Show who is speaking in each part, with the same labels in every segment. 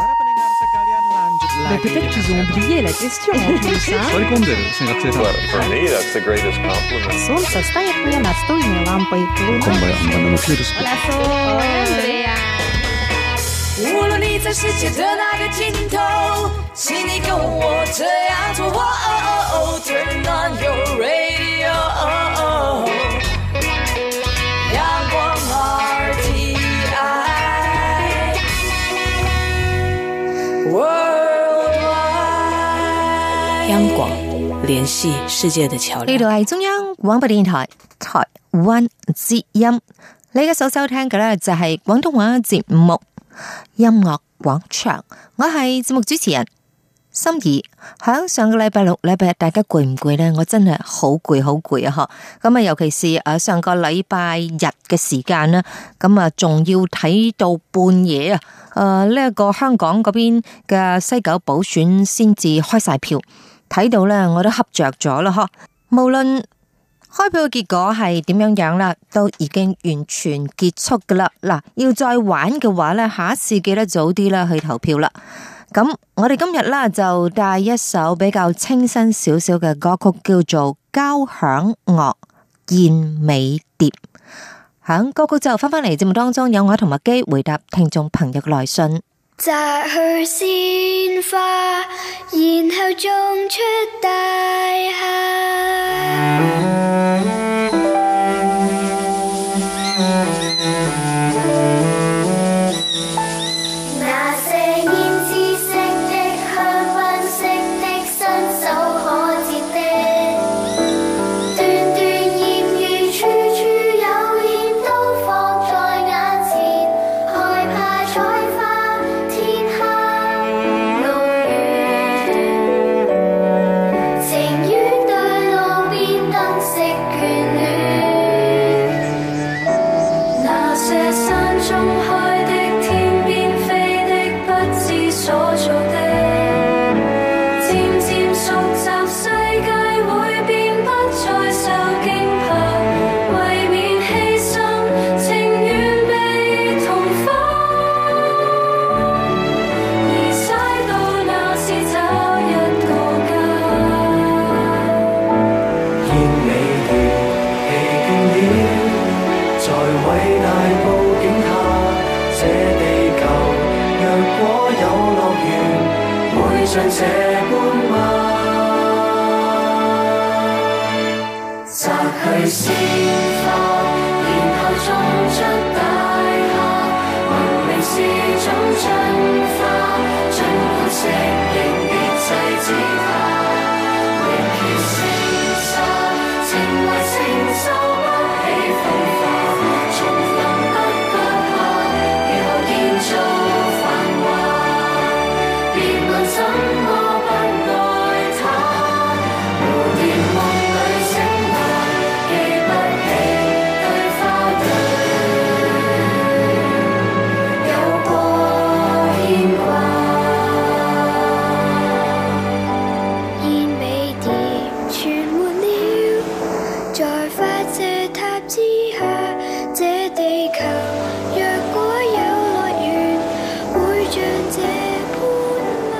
Speaker 1: Ah, peut-être qu'ils ont oublié la question en plus. Hein?
Speaker 2: Секунды,
Speaker 3: Well, for me, that's the greatest compliment.
Speaker 4: А Солнце ставит мне настольные лампы. Луна
Speaker 5: oh, Turn on your radio. Worldwide.
Speaker 6: 央广联系世界的桥
Speaker 4: 呢
Speaker 6: 梁。
Speaker 4: 度係中央廣播電台台灣之音，你而家所收聽嘅呢，就係廣東話節目《音樂廣場》，我係節目主持人心怡。響上個禮拜六、禮拜日，大家攰唔攰呢？我真係好攰，好攰啊！嗬，咁啊，尤其是誒上個禮拜日嘅時間啦，咁啊，仲要睇到半夜啊！誒呢一個香港嗰邊嘅西九補選先至開晒票，睇到呢，我都恰着咗啦，嗬。無論開票嘅結果係點樣樣啦，都已經完全結束噶啦。嗱，要再玩嘅話咧，下一次記得早啲啦去投票啦。咁我哋今日啦就帶一首比較清新少少嘅歌曲，叫做《交響樂燕尾蝶》。響歌曲就翻返嚟節目當中，有我同麥基回答聽眾朋友嘅來信。
Speaker 7: Dạ
Speaker 8: 摘去鮮花，然後種出大廈。那些胭脂色的、香檳色的、伸手可折的。段段艷遇，處處有艷，都放在眼前。害怕採花，天黑路遠，情願對路邊燈色眷戀。那些山中開的、天邊飛的、不知所措的，漸漸熟習世界會變，不再受驚怕。為免犧牲，情願被同化，而使到那是找一個家。
Speaker 7: 燕尾蝶疲倦了，在偉大布景下，這地球若果有樂園，會像這般嗎？摘去鮮花，然後種出大廈，文明是種進化，儘管適應亦制止它。永結成沙，情為承受不起風化，重臨不腳下，如何建造繁華？別論怎麼不愛他，蝴蝶夢裏醒來，記不起對花對有過牽掛。
Speaker 8: 燕尾蝶全沒了，在發射塔之下，這地球若果有樂園，會像這般嗎？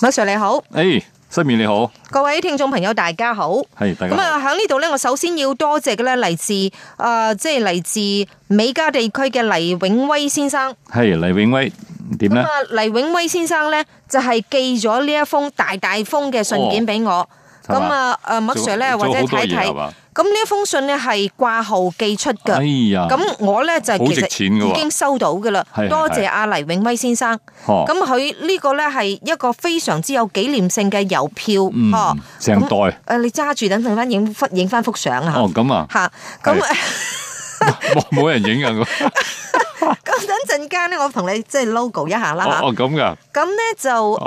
Speaker 4: 麥 Sir 你好，
Speaker 2: 哎，失眠你好，
Speaker 4: 各位聽眾朋友大家好。
Speaker 2: 係大家
Speaker 4: 咁
Speaker 2: 好。
Speaker 4: 啊，喺呢度咧，我首先要多謝嘅咧嚟自誒、呃即係嚟自美加地區嘅黎永威先生。
Speaker 2: 係黎永威點
Speaker 4: 咁
Speaker 2: 咧？
Speaker 4: 啊，黎永威先生咧就係、寄咗呢一封大大封嘅信件俾我。
Speaker 2: 哦係
Speaker 4: 咁
Speaker 2: 嘛
Speaker 4: 啊，誒麥 Sir 咧，或
Speaker 2: 做
Speaker 4: 者
Speaker 2: 做好多
Speaker 4: 睇
Speaker 2: 嘢係
Speaker 4: 睇。
Speaker 2: 嘛
Speaker 4: 咁呢一封信咧係掛號寄出
Speaker 2: 哎
Speaker 4: 嘅。
Speaker 2: 呀，
Speaker 4: 咁啊我咧就
Speaker 2: 好
Speaker 4: 其
Speaker 2: 值錢㗎
Speaker 4: 實
Speaker 2: 喎
Speaker 4: 已經收到㗎啦，
Speaker 2: 係係
Speaker 4: 多謝
Speaker 2: 係
Speaker 4: 阿黎永威先生。
Speaker 2: 哦
Speaker 4: 咁佢呢個咧係一個非常之有紀念性嘅郵票，
Speaker 2: 嗯
Speaker 4: 嗬
Speaker 2: 成袋哦
Speaker 4: 咁誒，你揸住等陣翻影幅 影翻幅相啊！
Speaker 2: 哦咁啊，
Speaker 4: 吓咁
Speaker 2: 係冇冇人影啊咁
Speaker 4: 咁等陣間咧，我同你即係 logo 一下啦吓。
Speaker 2: 哦哦咁噶，
Speaker 4: 咁咧就誒
Speaker 2: 哦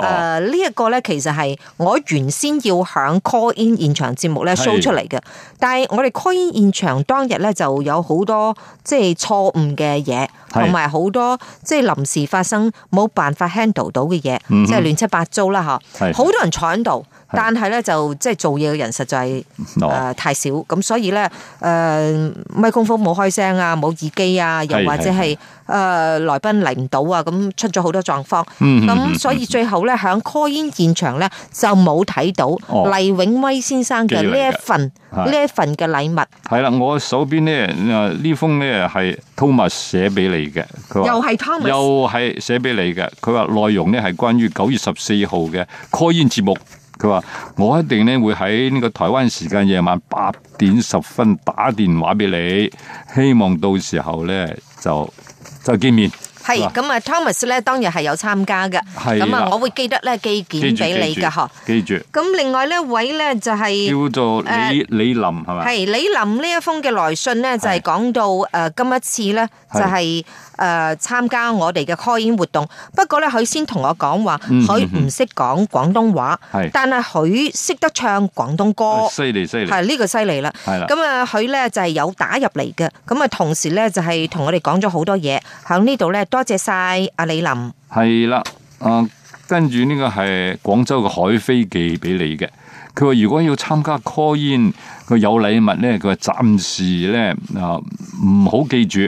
Speaker 4: 呢一個咧，其實係我原先要響 call in 現場節目咧
Speaker 2: 係
Speaker 4: show 出嚟嘅，但係我哋 call in 現場當日咧就有好多即係錯誤嘅嘢，
Speaker 2: 係
Speaker 4: 同埋好多即係臨時發生冇辦法 handle 到嘅嘢，
Speaker 2: 嗯哼
Speaker 4: 即係亂七八糟啦嚇。
Speaker 2: 係
Speaker 4: 好多人坐喺度，
Speaker 2: 係
Speaker 4: 但係咧就即係做嘢嘅人實在係。誒、
Speaker 2: 哦
Speaker 4: 呃太少，咁所以咧誒咪功夫冇開聲啊，冇耳機啊，又
Speaker 2: 係
Speaker 4: 或者係誒、呃、來賓嚟唔到啊，咁出咗好多狀況。咁、
Speaker 2: 嗯嗯嗯
Speaker 4: 所以最後咧響 call in 現場咧就冇睇到
Speaker 2: 哦
Speaker 4: 黎永威先生嘅呢一份
Speaker 2: 嘅係
Speaker 4: 呢一份嘅禮物，
Speaker 2: 係啦，我手邊咧啊呢封咧係 Thomas 寫俾你嘅，佢話
Speaker 4: 又係 Thomas
Speaker 2: 又係寫俾你嘅，佢話內容咧係關於九月十四號嘅 call in 節目。佢話：我一定咧會喺呢個台灣時間夜晚八點十分打電話俾你，希望到時候咧就就見面。
Speaker 4: 係
Speaker 2: 哇
Speaker 4: 咁啊 Thomas 咧當日係有參加嘅，
Speaker 2: 係啦
Speaker 4: 咁啊我會記得咧寄
Speaker 2: 記
Speaker 4: 件
Speaker 2: 住
Speaker 4: 俾你
Speaker 2: 記住
Speaker 4: 嘅嗬。
Speaker 2: 記住。
Speaker 4: 咁另外呢一位咧就係、
Speaker 2: 叫做李、
Speaker 4: 誒
Speaker 2: 李林係咪？
Speaker 4: 呃係李林呢一封嘅來信呢，就係
Speaker 2: 係
Speaker 4: 講到誒、呃今一次呢，就
Speaker 2: 係
Speaker 4: 係誒參加我哋嘅 call in 活動。不過呢，佢先同我講話，
Speaker 2: 嗯
Speaker 4: 佢唔識講廣東話，
Speaker 2: 係
Speaker 4: 但係佢識得唱廣東歌
Speaker 2: 啊，犀利犀利，
Speaker 4: 係呢個犀利啦。
Speaker 2: 係啦
Speaker 4: 咁啊，佢呢就係有打入嚟嘅，咁啊，同時呢，就係同我哋講咗好多嘢。喺呢度呢，多謝晒阿李林。
Speaker 2: 係啦，啊，跟住呢個係廣州嘅海飛寄俾你嘅。佢話如果要參加 call in，佢有禮物咧，佢話暫時咧啊唔好記住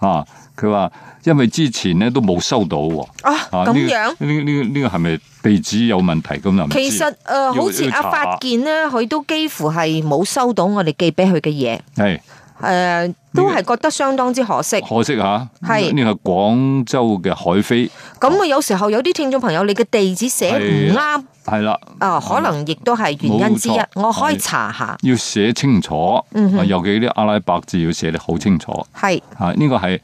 Speaker 2: 啊。佢話因為之前咧都冇收到喎。
Speaker 4: 啊，
Speaker 2: 啊
Speaker 4: 咁
Speaker 2: 呢個
Speaker 4: 樣。
Speaker 2: 呢個呢個呢個係咪地址有問題咁就唔知
Speaker 4: 其實誒、呃
Speaker 2: 要
Speaker 4: 好似
Speaker 2: 要
Speaker 4: 阿
Speaker 2: 查
Speaker 4: 發
Speaker 2: 下
Speaker 4: 健呢，佢都幾乎係冇收到我哋寄俾佢嘅嘢。
Speaker 2: 係
Speaker 4: 誒、呃都係覺得相當之可惜。
Speaker 2: 可惜嚇，
Speaker 4: 係
Speaker 2: 呢個係廣州嘅海飛
Speaker 4: 咁啊，有時候有啲聽眾朋友，你嘅地址寫唔啱
Speaker 2: 係啦。
Speaker 4: 啊，可能亦都係原因之一
Speaker 2: 冇錯。
Speaker 4: 我可以查下，
Speaker 2: 要寫清楚，
Speaker 4: 嗯哼
Speaker 2: 啊尤其啲阿拉伯字要寫得好清楚。
Speaker 4: 係
Speaker 2: 啊，呢、個係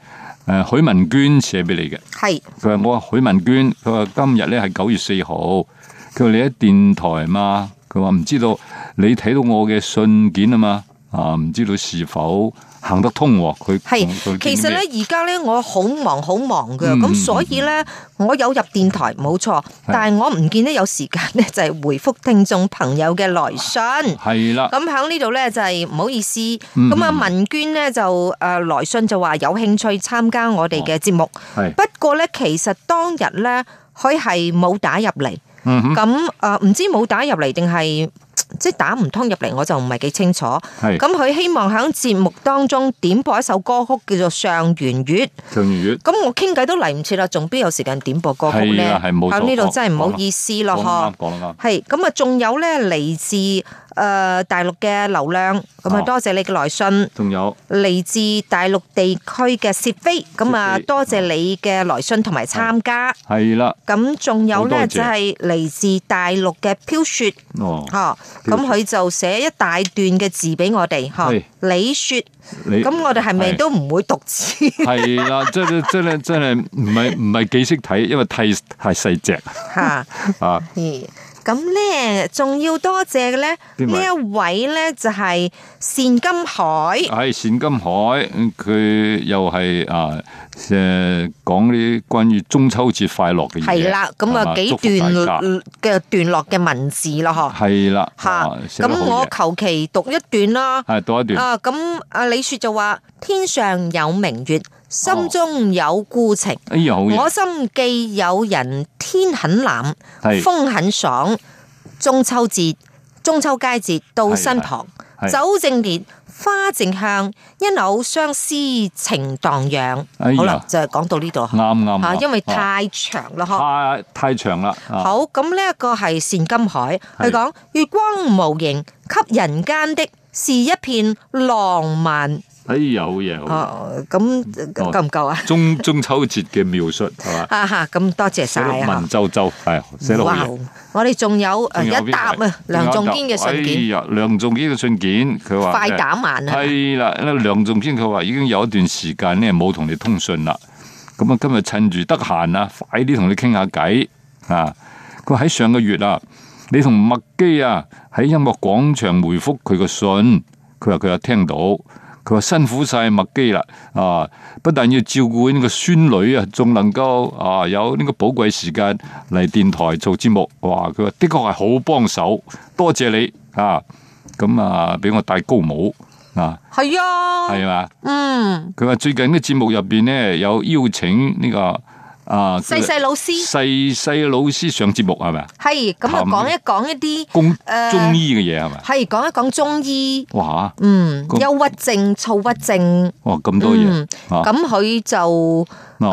Speaker 2: 誒許文娟寫俾你嘅。
Speaker 4: 係
Speaker 2: 佢話我係許文娟，佢話今日咧係九月四號，佢話你喺電台嘛，佢話唔知道你睇到我嘅信件啊嘛，啊唔知道是否行得通喎、佢
Speaker 4: 係。其實咧，，而家咧我好忙好忙㗎，
Speaker 2: 嗯
Speaker 4: 咁、所以咧我有入電台冇錯，但係我唔見得有時間咧就係回覆聽眾朋友嘅來信。
Speaker 2: 係啦，
Speaker 4: 咁喺呢度咧就係唔好意思，
Speaker 2: 嗯
Speaker 4: 咁啊文娟咧就誒來信就話有興趣參加我哋嘅節目，
Speaker 2: 係
Speaker 4: 不過咧其實當日咧佢係冇打入嚟，
Speaker 2: 嗯哼，
Speaker 4: 咁誒唔知冇打入嚟定係即係打唔通入嚟，我就唔係幾清楚。
Speaker 2: 係
Speaker 4: 咁佢希望喺節目當中點播一首歌曲叫做《上元月》。
Speaker 2: 長圓月，
Speaker 4: 咁我傾偈都嚟唔切啦，仲邊有時間點播歌曲
Speaker 2: 係
Speaker 4: 呢
Speaker 2: 啦？係冇錯
Speaker 4: 喺呢度真係唔好意思咯，
Speaker 2: 講得啱，
Speaker 4: 嗬。
Speaker 2: 講得啱，
Speaker 4: 係咁啊，仲有咧嚟自誒、呃大陸嘅流量，咁啊
Speaker 2: 哦
Speaker 4: 多謝你嘅來信。
Speaker 2: 仲有
Speaker 4: 嚟自大陸地區嘅薛飛，咁啊
Speaker 2: 薛飛
Speaker 4: 多謝你嘅來信同埋參加。
Speaker 2: 係啦，
Speaker 4: 咁仲有
Speaker 2: 好
Speaker 4: 咧
Speaker 2: 多謝
Speaker 4: 就係嚟自大陸嘅飄雪，
Speaker 2: 哦，
Speaker 4: 嚇，咁佢就寫一大段嘅字俾我哋，嚇
Speaker 2: 係，
Speaker 4: 李雪，
Speaker 2: 你
Speaker 4: 咁我哋係咪
Speaker 2: 係
Speaker 4: 都唔會讀 字？
Speaker 2: 係啦， 真係真係真係唔係唔係幾識睇，因為太太細只
Speaker 4: 嚇？
Speaker 2: 啊！
Speaker 4: 咦咁咧，仲要多謝嘅咧，
Speaker 2: 邊
Speaker 4: 呢
Speaker 2: 位
Speaker 4: 一位咧就係單金海。
Speaker 2: 喺冼金海，嗯佢又係啊誒講啲關於中秋節快樂嘅嘢，
Speaker 4: 係啦，咁
Speaker 2: 係
Speaker 4: 啊
Speaker 2: 嘛
Speaker 4: 幾
Speaker 2: 祝福
Speaker 4: 段
Speaker 2: 大家
Speaker 4: 嘅段落嘅文字咯，嗬。
Speaker 2: 係啦，
Speaker 4: 吓，
Speaker 2: 啊寫得
Speaker 4: 咁
Speaker 2: 好
Speaker 4: 我
Speaker 2: 嘢
Speaker 4: 求其讀一段啦。
Speaker 2: 係到一段，
Speaker 4: 啊，咁阿李雪就話：天上有明月，心中有孤情。
Speaker 2: 哎呀哦好
Speaker 4: 我
Speaker 2: 嘢，
Speaker 4: 心既有人，天很藍，
Speaker 2: 係
Speaker 4: 風很爽。中秋節，中秋佳節到身旁，
Speaker 2: 係係
Speaker 4: 酒正烈，花正香，一縷相思情蕩漾。
Speaker 2: 哎呀
Speaker 4: 好啦，就係講到呢度吓，
Speaker 2: 啱啱
Speaker 4: 嚇因為
Speaker 2: 啊
Speaker 4: 太長啦，嗬。
Speaker 2: 太太長啦，啊
Speaker 4: 好，咁呢一個係善金海，佢
Speaker 2: 係
Speaker 4: 講月光無形，給人間的是一片浪漫。
Speaker 2: 哎呀好嘢，好嘢
Speaker 4: 哦，咁
Speaker 2: 哦
Speaker 4: 夠唔夠啊？
Speaker 2: 中中秋節嘅描述係嘛，
Speaker 4: 啊哈，咁多謝
Speaker 2: 寫
Speaker 4: 晒
Speaker 2: 到
Speaker 4: 啊
Speaker 2: 文！绉绉，係寫得好
Speaker 4: 哇
Speaker 2: 嘢。
Speaker 4: 我哋仲有誒
Speaker 2: 仲有邊
Speaker 4: 一
Speaker 2: 位
Speaker 4: 沓啊，梁仲堅嘅信件，
Speaker 2: 哎呀，梁仲堅嘅信件，佢話
Speaker 4: 快打慢啊！
Speaker 2: 係啦，梁仲堅佢話已經有一段時間咧冇同你通訊啦，咁啊今日趁住得閒啊，快啲同你傾下偈啊！佢話喺上個月啊，你同麥基啊喺音樂廣場回覆佢個信，佢話佢有聽到，佢話辛苦晒麥基啦，啊，不但要照顧呢個孫女啊，仲能夠啊有呢個寶貴時間嚟電台做節目，哇！佢話的確係好幫手，多謝你啊，咁啊俾我戴高帽啊，
Speaker 4: 係啊，
Speaker 2: 係嘛？
Speaker 4: 嗯，
Speaker 2: 佢話最近嘅節目入邊咧有邀請呢、個啊
Speaker 4: 細細老師
Speaker 2: 細細老師上節目係咪啊？
Speaker 4: 係咁啊，
Speaker 2: 談
Speaker 4: 講一講一啲
Speaker 2: 公
Speaker 4: 誒
Speaker 2: 中醫嘅嘢係咪？啊
Speaker 4: 係講一講中醫，
Speaker 2: 哇！
Speaker 4: 嗯，
Speaker 2: 咁
Speaker 4: 憂鬱症、躁鬱症，
Speaker 2: 哇咁多嘢
Speaker 4: 嗯，
Speaker 2: 啊！
Speaker 4: 咁佢就。
Speaker 2: 嗱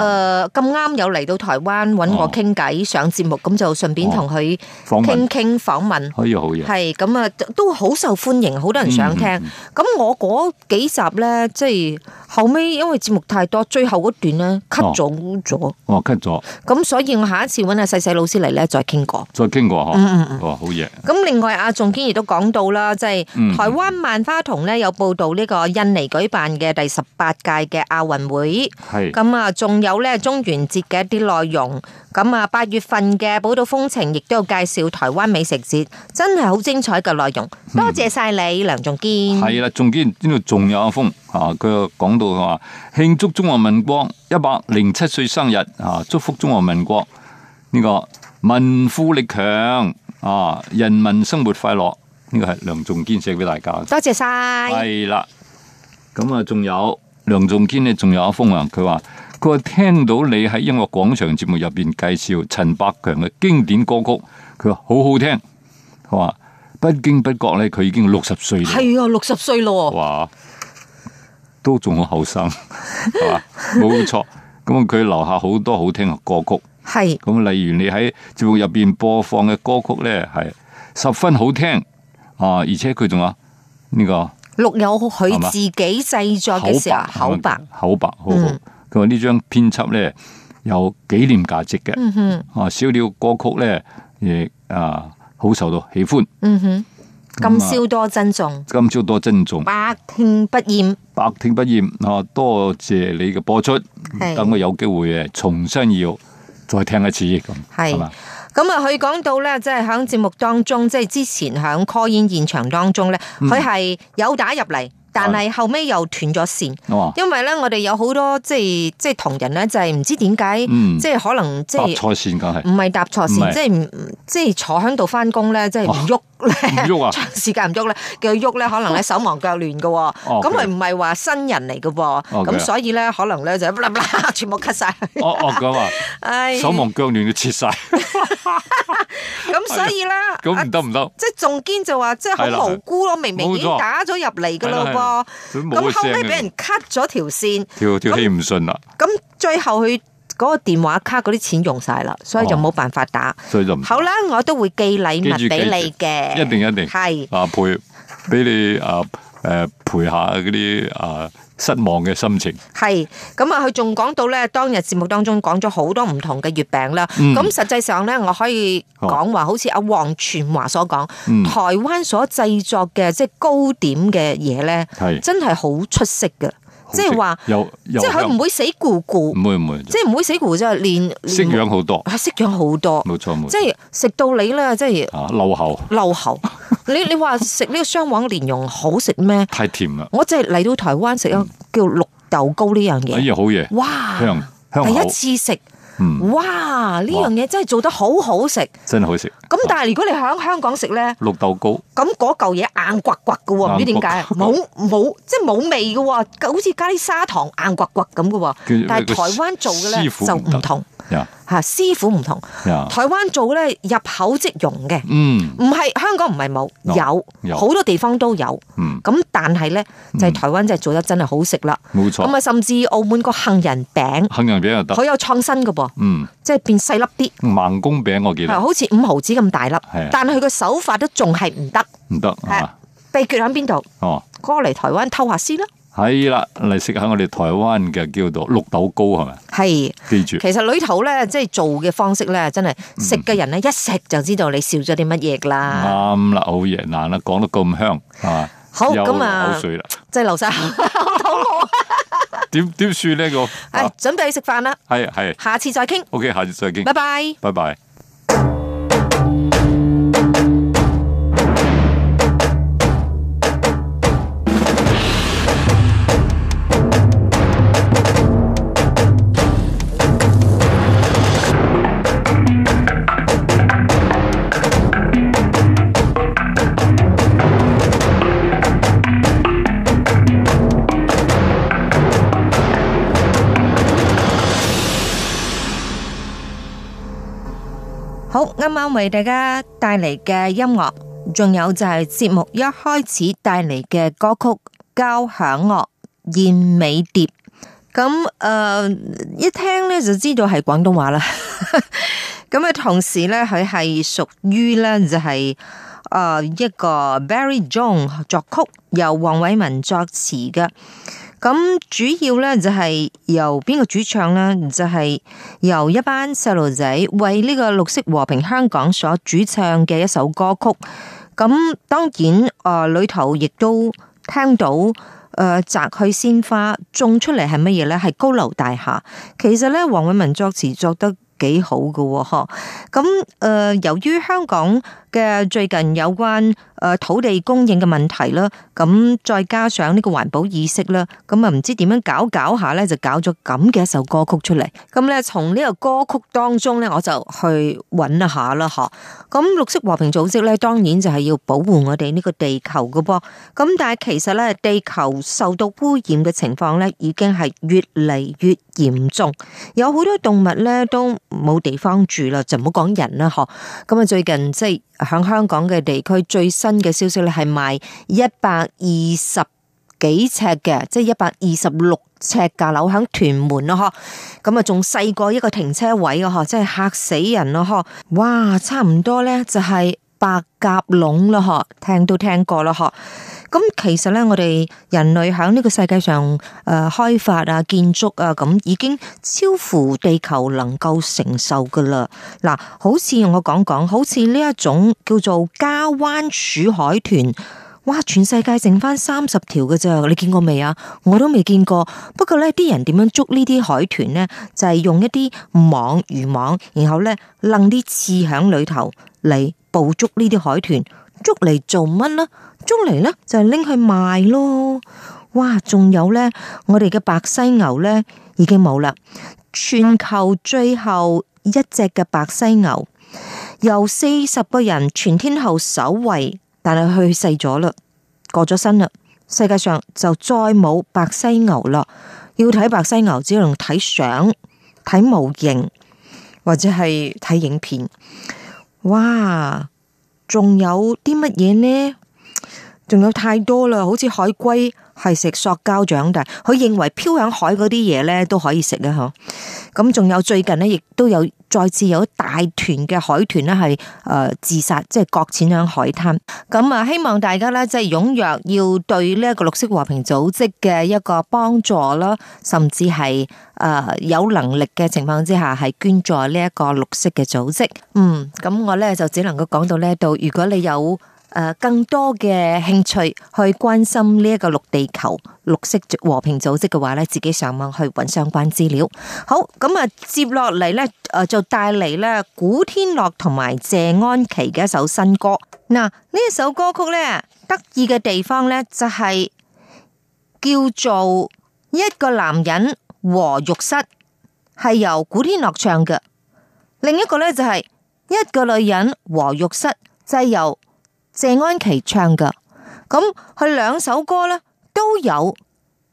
Speaker 4: 誒咁啱有嚟到台灣揾我傾偈上節目，咁就順便同佢
Speaker 2: 訪
Speaker 4: 傾
Speaker 2: 問
Speaker 4: 傾訪問，
Speaker 2: 可以哎好嘢，
Speaker 4: 係咁啊，都好受歡迎，好多人想聽。咁我嗰幾集呢，即係後尾因為節目太多，最後嗰段呢 cut 咗咗，
Speaker 2: 哦 cut 咗，
Speaker 4: 咁所以我下一次揾阿細細老師嚟呢，再傾過。
Speaker 2: 再經過嗬，
Speaker 4: 嗯嗯嗯。
Speaker 2: 哇好嘢，
Speaker 4: 咁另外阿仲堅亦都講到啦，即係
Speaker 2: 嗯
Speaker 4: 台灣萬花筒呢，有報道呢個印尼舉辦嘅第十八屆嘅亞運會。
Speaker 2: 係
Speaker 4: 咁啊，仲有咧中元節嘅一啲內容。咁啊，八月份嘅寶島風情亦都有介紹台灣美食節，真係好精彩嘅內容。多謝晒你，梁仲堅。
Speaker 2: 係啦，仲見呢度仲有一封啊，佢講到佢話慶祝中華民國一百零七歲生日啊，祝福中華民國呢個民富力強啊，人民生活快樂，呢個係梁仲堅寫俾大家嘅。
Speaker 4: 多謝晒。
Speaker 2: 系啦，咁啊，仲有梁仲堅呢，仲有一封啊，佢話佢話聽到你喺音樂廣場節目入邊介紹陳百強嘅經典歌曲，佢話好好聽，佢話不經不覺咧，佢已經六十歲啦，
Speaker 4: 係啊，六十歲咯
Speaker 2: 哇，都仲好後生， 係嘛？冇錯，咁啊佢留下好多好聽嘅歌曲。
Speaker 4: 喎，係
Speaker 2: 咁啊例如你喺節目入邊播放嘅歌曲咧，係十分好聽啊！而且佢仲有呢個
Speaker 4: 錄有佢
Speaker 2: 係嘛
Speaker 4: 自己製作嘅時候啊口白，
Speaker 2: 口白好好。
Speaker 4: 嗯
Speaker 2: 佢話呢張編輯咧有紀念價值嘅，
Speaker 4: 嗯哼，
Speaker 2: 啊少了歌曲咧亦啊好受到喜歡。
Speaker 4: 嗯哼，
Speaker 2: 咁
Speaker 4: 咁
Speaker 2: 啊
Speaker 4: 宵多珍重，
Speaker 2: 今朝多珍重，
Speaker 4: 百聽不厭。
Speaker 2: 百聽不厭啊！多謝你嘅播出，
Speaker 4: 係
Speaker 2: 等我有機會誒重新要再聽一次咁，
Speaker 4: 係
Speaker 2: 嘛？
Speaker 4: 咁啊，佢講到咧，即係喺節目當中，即係之前喺 call in 現場當中咧，佢係有打入嚟，但係後尾又斷咗線，
Speaker 2: 哇！
Speaker 4: 因為咧我哋有好多即係即係同仁咧，就係唔知點解，
Speaker 2: 嗯
Speaker 4: 即係可能即嗯
Speaker 2: 搭
Speaker 4: 係
Speaker 2: 錯線梗係
Speaker 4: 唔係搭錯
Speaker 2: 唔
Speaker 4: 線，
Speaker 2: 係
Speaker 4: 即係唔即係坐喺度翻工咧，即係唔喐咧，
Speaker 2: 唔喐啊
Speaker 4: 長時間唔喐咧，叫佢喐咧，可能咧手忙腳亂嘅喎，
Speaker 2: 哦
Speaker 4: 咁佢
Speaker 2: 佢
Speaker 4: 唔係話新人嚟嘅喎，
Speaker 2: 佢啊
Speaker 4: 咁所以咧可能咧就 啦啦全部 cut 晒佢，
Speaker 2: 哦哦咁 啊，
Speaker 4: 唉，
Speaker 2: 手忙腳亂要切晒，
Speaker 4: 咁所以咧，啊
Speaker 2: 咁唔得唔得，
Speaker 4: 即係仲堅就話，即係好無辜咯，明明已經
Speaker 2: 冇錯
Speaker 4: 打咗入嚟噶
Speaker 2: 係
Speaker 4: 咯噃，
Speaker 2: 啦係啦佢冇啊
Speaker 4: 咁後尾
Speaker 2: 聲
Speaker 4: 俾
Speaker 2: 嘅
Speaker 4: 人 cut 咗條線，
Speaker 2: 條條氣唔順啦，
Speaker 4: 咁最後佢嗰個電話卡嗰啲錢用晒啦，所以就
Speaker 2: 哦
Speaker 4: 冇辦法打。
Speaker 2: 所以就唔
Speaker 4: 好啦，我都會寄禮
Speaker 2: 記住
Speaker 4: 物俾你
Speaker 2: 記住
Speaker 4: 嘅，
Speaker 2: 一定一定
Speaker 4: 係
Speaker 2: 啊陪俾你啊誒陪下嗰啲啊失望嘅心情，
Speaker 4: 係咁啊！佢仲講到咧，當日節目當中講咗好多唔同嘅月餅啦。
Speaker 2: 嗯
Speaker 4: 咁實際上咧，我可以講話，好似阿黃全華所講，
Speaker 2: 嗯
Speaker 4: 台灣所製作嘅即係糕點嘅嘢咧，
Speaker 2: 係
Speaker 4: 真係好出色嘅，即係話。
Speaker 2: 又又
Speaker 4: 即係佢唔會死咕咕，
Speaker 2: 唔會唔會，
Speaker 4: 即係唔會死咕咕，即係練
Speaker 2: 識
Speaker 4: 練
Speaker 2: 養好多，
Speaker 4: 係識養好多，
Speaker 2: 冇錯冇錯，
Speaker 4: 即係食到你咧，即係
Speaker 2: 啊漏喉
Speaker 4: 漏 喉。你你話食呢個雙黃蓮蓉好食咩？
Speaker 2: 太甜啦，
Speaker 4: 我就係嚟到台灣食一個叫綠豆糕呢樣嘢，
Speaker 2: 哎呀好嘢，
Speaker 4: 哇！
Speaker 2: 香香
Speaker 4: 第
Speaker 2: 口
Speaker 4: 一，次食，
Speaker 2: 嗯
Speaker 4: 哇！呢樣嘢真係做得好好食。
Speaker 2: 真係好食，啊
Speaker 4: 咁但係如果你喺香港食咧，
Speaker 2: 綠豆糕
Speaker 4: 咁嗰嚿嘢硬刮刮嘅喎，唔知點解
Speaker 2: 硬
Speaker 4: 冇冇即係冇味嘅喎，好似加啲砂糖硬刮刮咁嘅喎
Speaker 2: 佢。
Speaker 4: 但
Speaker 2: 佢
Speaker 4: 係台灣做嘅咧
Speaker 2: 師傅
Speaker 4: 就
Speaker 2: 唔得啊
Speaker 4: 唔同
Speaker 2: 呀
Speaker 4: 嚇，師傅唔同。
Speaker 2: 呀，
Speaker 4: 台灣做咧入口即溶嘅，
Speaker 2: 嗯
Speaker 4: 唔係香港唔係冇
Speaker 2: 哦
Speaker 4: 有，
Speaker 2: 有
Speaker 4: 好多地方都有。
Speaker 2: 嗯
Speaker 4: 咁但係咧就係台灣真係做得真係好食啦。
Speaker 2: 冇
Speaker 4: 咁
Speaker 2: 錯，
Speaker 4: 啊，甚至澳門個杏仁餅，
Speaker 2: 杏仁餅又得，
Speaker 4: 佢有創新嘅噃，
Speaker 2: 嗯
Speaker 4: 即係變細粒啲。
Speaker 2: 盲公餅我記
Speaker 4: 係
Speaker 2: 得
Speaker 4: 好似五毫子咁大粒
Speaker 2: 啊，
Speaker 4: 但係佢個手法都仲係唔得。
Speaker 2: 唔得係嘛，
Speaker 4: 秘訣喺邊度？
Speaker 2: 哦。
Speaker 4: 過嚟台灣偷下先啦。
Speaker 2: 係啦，嚟食下我哋台灣嘅叫做綠豆糕係咪？
Speaker 4: 係，
Speaker 2: 記住，嗯
Speaker 4: 其實裏頭咧，即係做嘅方式咧，真係食嘅人咧一食就知道你笑咗啲乜嘢㗎啦。
Speaker 2: 啱啦，好嘢，難啦，講得咁香係嘛？
Speaker 4: 好
Speaker 2: 有
Speaker 4: 咁啊
Speaker 2: 口水啦，
Speaker 4: 即係流晒口
Speaker 2: 啊
Speaker 4: 肚
Speaker 2: 點點算呢個？啊
Speaker 4: 餓，係準備去食飯啦，
Speaker 2: 係係
Speaker 4: 下次再傾，
Speaker 2: ，OK，下次再見
Speaker 4: 拜，拜。
Speaker 2: 拜拜。
Speaker 4: 好，啱啱為大家帶嚟嘅音樂，仲有就係節目一開始帶嚟嘅歌曲《交響樂燕尾蝶》。咁誒、呃一聽咧就知道係廣東話啦。 咁啊，同時咧佢係屬於咧就係、呃一個 Barry John 作曲，由黃偉文作詞嘅。咁主要咧就係由邊個主唱咧？就係、由一班細路仔為呢個綠色和平香港所主唱嘅一首歌曲。咁當然，誒、呃、裏頭亦都聽到誒、呃、摘去鮮花，種出嚟係乜嘢咧？係高樓大廈。其實咧，黃偉文作詞作得幾好嘅喎、呵咁誒、呃由於香港嘅最近有關誒、呃土地供應嘅問題啦，咁再加上呢個環保意識啦，咁啊唔知點樣搞搞下咧，就搞咗咁嘅一首歌曲出嚟。咁咧，從呢個歌曲當中咧，我就去揾一下啦，嗬。咁綠色和平組織咧，當然就係要保護我哋呢個地球嘅噃。咁但係其實咧，地球受到污染嘅情況咧，已經係越嚟越嚴重。有好多動物咧都冇地方住啦，就唔好講人啦，嗬。咁啊，最近即係響香港嘅地區最新嘅消息咧，係賣一百二十。幾尺嘅，即係一百二十六尺架樓喺屯門咯，嗬，咁啊仲細過一個停車位啊，嗬，真係嚇死人咯，嗬，哇，差唔多咧就係白鴿籠咯，嗬，聽都聽過咯，嗬。啊咁其實咧，我哋人類喺呢個世界上誒、呃、開發啊、建築啊，咁已經超乎地球能夠承受噶啦。嗱，好似我講講，好似呢一種叫做加灣鼠海豚。哇！全世界剩翻三十條嘅咋，你見過未啊？我都未見過。不過咧，啲人點樣捉呢啲海豚呢？就係、用一啲網漁網，然後咧掹啲刺響裏頭嚟捕捉呢啲海豚。捉嚟做乜呢？捉嚟呢，就係拎去賣咯。哇！仲有呢，我哋嘅白犀牛呢已經冇啦。全球最後一隻嘅白犀牛，由四十個人全天候守衛，但係去世咗啦，過咗身啦。世界上就再冇白犀牛啦。要睇白犀牛，只能睇相、睇模型或者係睇影片。哇！仲有啲乜嘢呢？仲有太多啦，好似海龜係食塑膠長大，佢認為漂響海嗰啲嘢咧都可以食啊！嗬。咁仲有最近呢，亦都有再次有一大團嘅海豚呢係誒自殺，即係擱淺喺海灘。咁啊，希望大家咧即係踴躍，要對呢一個綠色和平組織嘅一個幫助啦，甚至係誒、呃有能力嘅情況之下，係捐助呢一個綠色嘅組織。嗯，咁我咧就只能夠講到呢度。如果你有誒更多嘅興趣去關心呢一個綠地球綠色和平組織嘅話咧，自己上網去揾相關資料。好，咁啊，接落嚟咧，誒就帶嚟呃咧古天樂同埋謝安琪嘅一首新歌。嗱，呢一首歌曲咧，得意嘅地方咧就係、叫做一個男人和浴室，係由古天樂唱嘅。另一個咧就係、一個女人和浴室，就係、由謝安琪唱嘅。咁佢兩首歌咧都有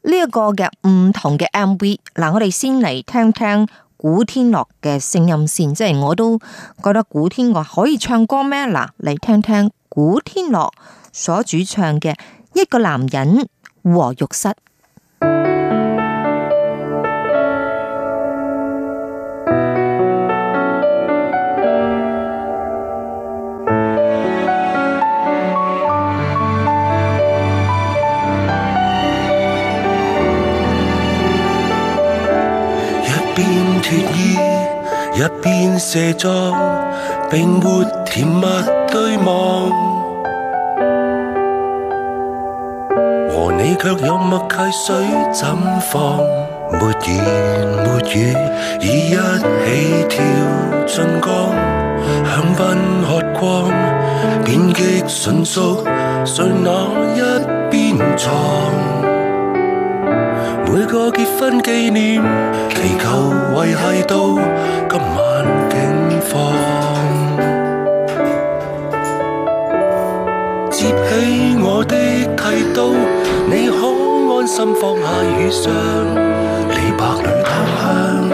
Speaker 4: 呢一個嘅唔同嘅 MV。嗱，我哋先嚟聽聽古天樂嘅聲音先，即係我都覺得古天樂可以唱歌咩？嗱，嚟聽聽古天樂所主唱嘅《一個男人和浴室》。
Speaker 9: 一邊脱衣，一邊卸妝，並沒甜蜜對望。和你卻有默契，水怎放？沒言沒語，已一起跳進江，香檳喝光，便極迅速，睡哪一邊床？每個結婚紀念，祈求維繫到今晚境況。接起我的剃刀，你可安心放下雨霜，李白裏偷香。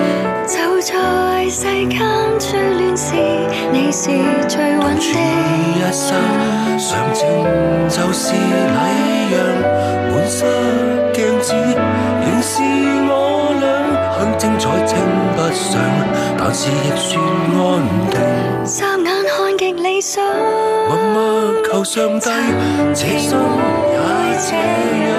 Speaker 7: 就在在世間最亂時，你是最穩定。
Speaker 8: 一生常情就是禮讓，滿室鏡子仍是我俩，很精彩稱不上，但是亦算安定。
Speaker 7: 霎眼看極理想，
Speaker 8: 默默求上帝，這生也這樣，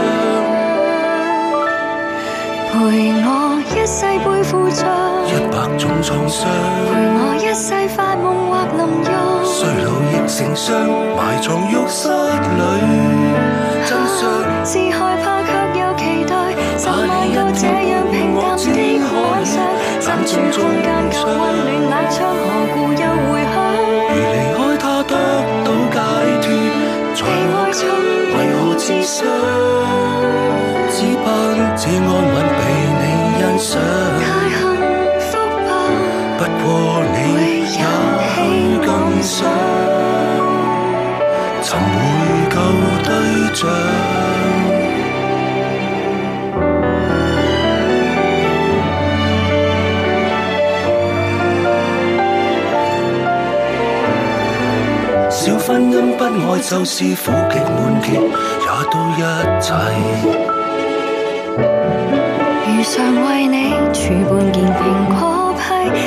Speaker 7: 陪我一世背負着，
Speaker 8: 一百種創傷。
Speaker 7: 陪我一世發夢或淋浴。
Speaker 8: 衰老亦成傷，埋藏浴室裏，真相
Speaker 7: 是害怕卻又期待，十萬個這樣平淡的晚上，站住中間夠溫暖冷槍，何故又回響？
Speaker 8: 如離開他得到解脱，才我今為何自傷？只盼這安穩被你欣賞，
Speaker 7: 太幸福吧，
Speaker 8: 不過你也許更想，尋回舊對象。小婚姻不愛就是苦極悶結，也都一齊。
Speaker 7: 如常為你處半件蘋果批，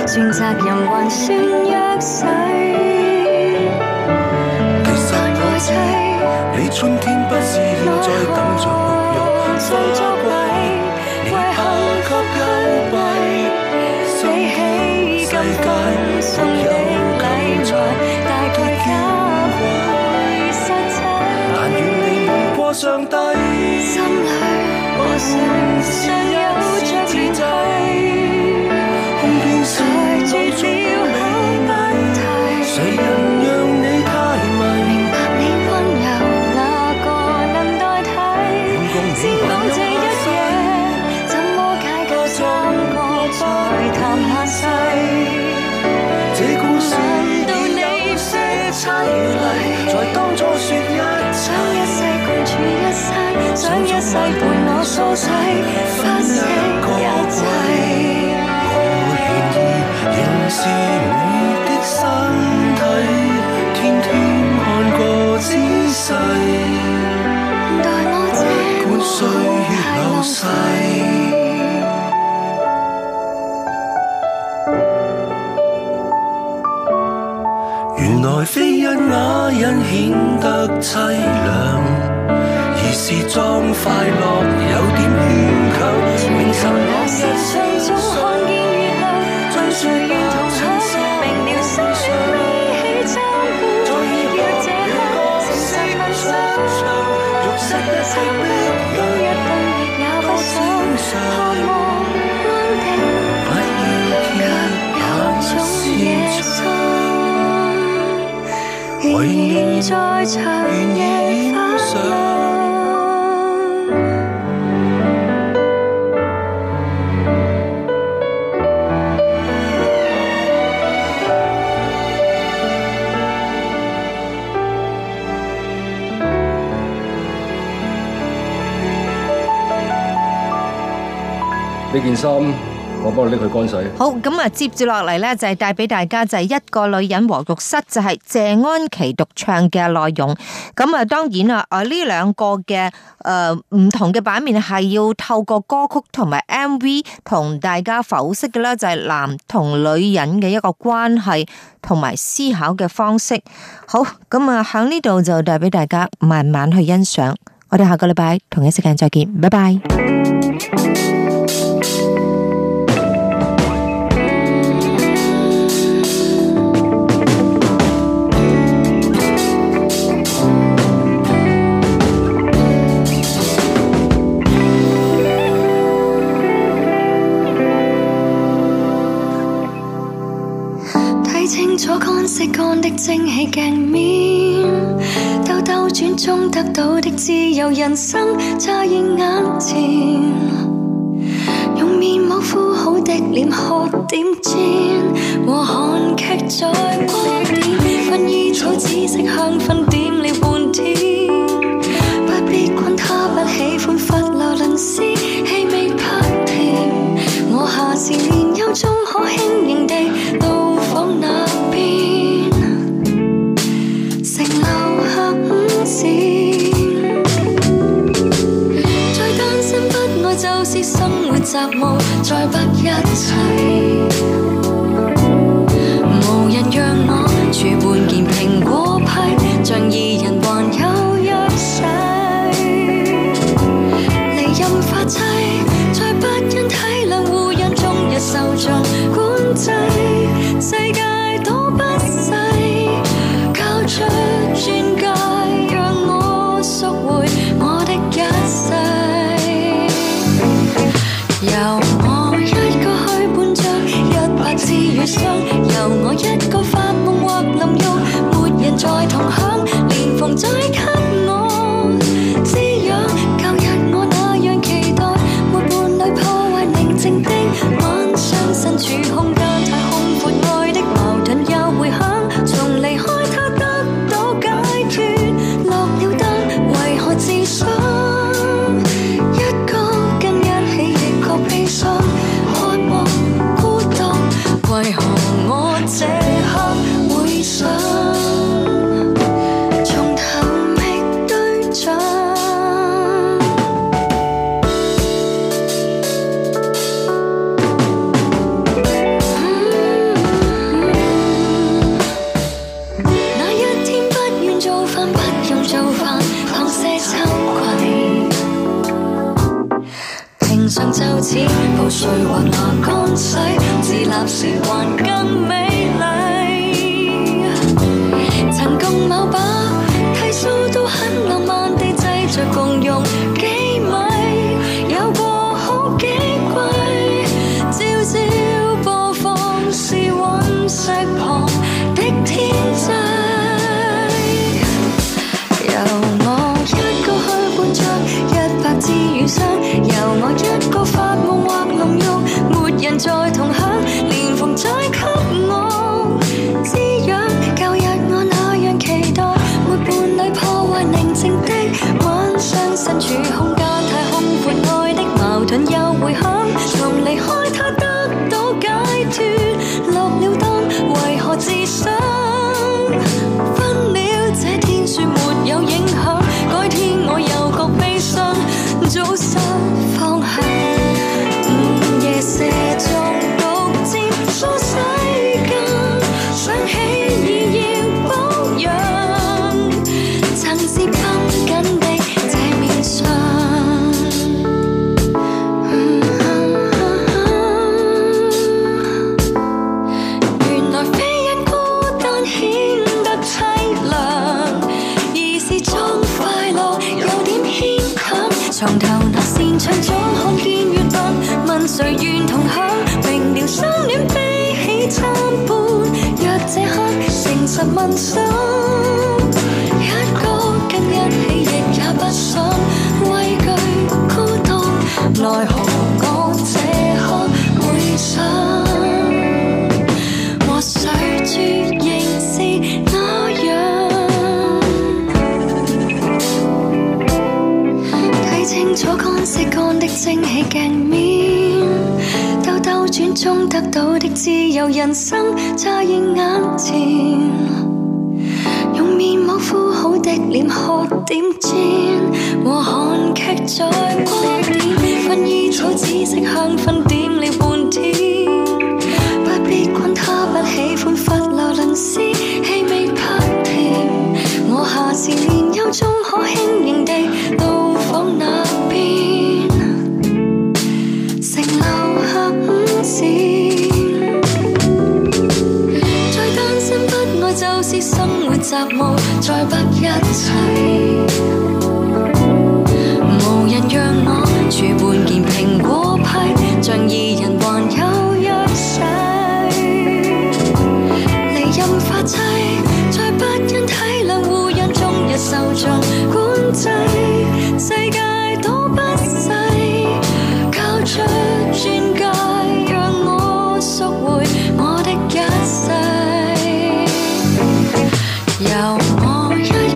Speaker 7: 算責任還算弱水。
Speaker 8: 其實
Speaker 7: 愛妻
Speaker 8: 你春天不是現在等着沐浴花季，你拋給幽閉，
Speaker 7: 比起金粉送的禮物，大概加倍實際。
Speaker 8: 但願你瞞過上帝，
Speaker 7: 心裏和想像有着聯繫，
Speaker 8: 空飄是
Speaker 7: 才絕
Speaker 8: 最終
Speaker 7: 了
Speaker 8: 美
Speaker 7: 好
Speaker 8: 麗。
Speaker 7: 問題。
Speaker 8: 誰人讓你太迷？
Speaker 7: 明白你温柔哪個能代替？是否這一夜，怎麼解救三個再談下世？
Speaker 8: 這故事
Speaker 7: 難道
Speaker 8: 已有
Speaker 7: 你
Speaker 8: 些差異嚟，在當初説一
Speaker 7: 想
Speaker 8: 切。
Speaker 7: 一世共處一生，想一世伴我梳洗，花式油制。
Speaker 8: 我願意凝視你的身體，天天看個仔細，
Speaker 7: 待我這
Speaker 8: 管歲月流逝。原來非因那人顯得凄涼，而是裝快樂有點牽強。明晨
Speaker 7: 那時歲中看見月亮，
Speaker 8: 將
Speaker 7: 誰
Speaker 8: 歲月
Speaker 7: 願同
Speaker 8: 同
Speaker 7: 享？明了生命悲喜交
Speaker 8: 再
Speaker 7: 換，若
Speaker 8: 要這
Speaker 7: 這
Speaker 8: 刻
Speaker 7: 刻
Speaker 8: 誠
Speaker 7: 誠
Speaker 8: 實
Speaker 7: 實問
Speaker 8: 問心
Speaker 7: 心，
Speaker 8: 欲失一
Speaker 7: 生
Speaker 8: 生
Speaker 7: 不
Speaker 8: 的
Speaker 7: 休一
Speaker 8: 人，
Speaker 7: 對，也不想渴望安定，
Speaker 8: 不要
Speaker 7: 有
Speaker 8: 天
Speaker 7: 種
Speaker 8: 也
Speaker 7: 野
Speaker 8: 是
Speaker 7: 心，仍然在長夜發亮。
Speaker 10: 呢件衫我幫你拎去乾水。
Speaker 4: 好，咁啊，接住落嚟呢，就係帶俾大家就係一個女人和浴室，就係謝安琪獨唱嘅內容。咁啊，當然啦，啊呢兩個嘅誒唔同嘅版面係要透過歌曲同埋 MV 同大家剖析嘅啦，就係男同女人嘅一個關係同埋思考嘅方式。好，咁啊，喺呢度就帶俾大家慢慢去欣賞。我哋下個禮拜同一時間再見，拜拜。
Speaker 7: 睇清楚乾色乾的蒸汽鏡面，兜兜轉中得到的自由人生，乍現眼前。用面膜敷好的臉喝點煎，和韓劇在光點，薰衣草紫色香薰點了半天，不必管他不喜歡佛羅倫斯氣味不甜，我下次年休中可輕盈地。知生活雜務再不一齊，無人讓我煮半件蘋果批，像二人還有藥洗。離任發妻，再不因體諒護養，終日受盡管制，世界多不細，交出鑽戒，讓我贖回我的一世。由我一個去伴着一百次遇傷，由我一個發夢或淋浴，沒人再同享，連縫再給我滋養。舊日我那樣期待，沒伴侶破壞寧靜的晚上，身處空間太空闊，愛的矛盾也回響，從離開他得到解脫，落了單，為何自傷？一個跟一起亦覺悲傷，渴望孤獨，為何我這刻會想從頭覓對象？那一天不願做飯，不用做飯，當些秋季。平常就似露水或拿乾洗，自立時還更美麗。曾共某把剃鬚都很浪漫地製着共用幾米，有過好幾季，朝朝播放是隕石旁的天際。由我一個去伴着一百次遇傷，由我一個發夢或淋浴，沒人再同享，連縫再給我滋養。舊日我那樣期待，沒伴侶破壞寧靜的晚上，身處空間太空闊，愛的矛盾又回響，從離開他得到解脫，落了單，為何自傷？分了這天算沒有影響，改天我又覺悲傷，早收放下。午夜射中毒漸蘇世間，想起已要保養，曾是繃緊的這面相。嗯原來非因孤單顯得凄涼，而是裝快樂有點牽強。床頭那扇窗總看見月亮，問誰願同享？明了相戀悲喜參半，若這刻誠實問心，一個跟一起亦也不想畏懼孤獨，奈何我這刻會想。和誰住仍是那樣，睇清楚乾瀉乾的蒸汽鏡面，兜兜轉中得到的自由人生，乍現眼前。用面膜敷好的臉喝點煎，和韓劇在光點，薰衣草紫色香薰點了半天，不必管他不喜歡佛羅倫斯氣味太甜，我下次年休中可輕盈地到訪那邊，城樓下午市。再單身不愛就是生活雜務，再不一齊。無人讓我煮半件蘋果批，像二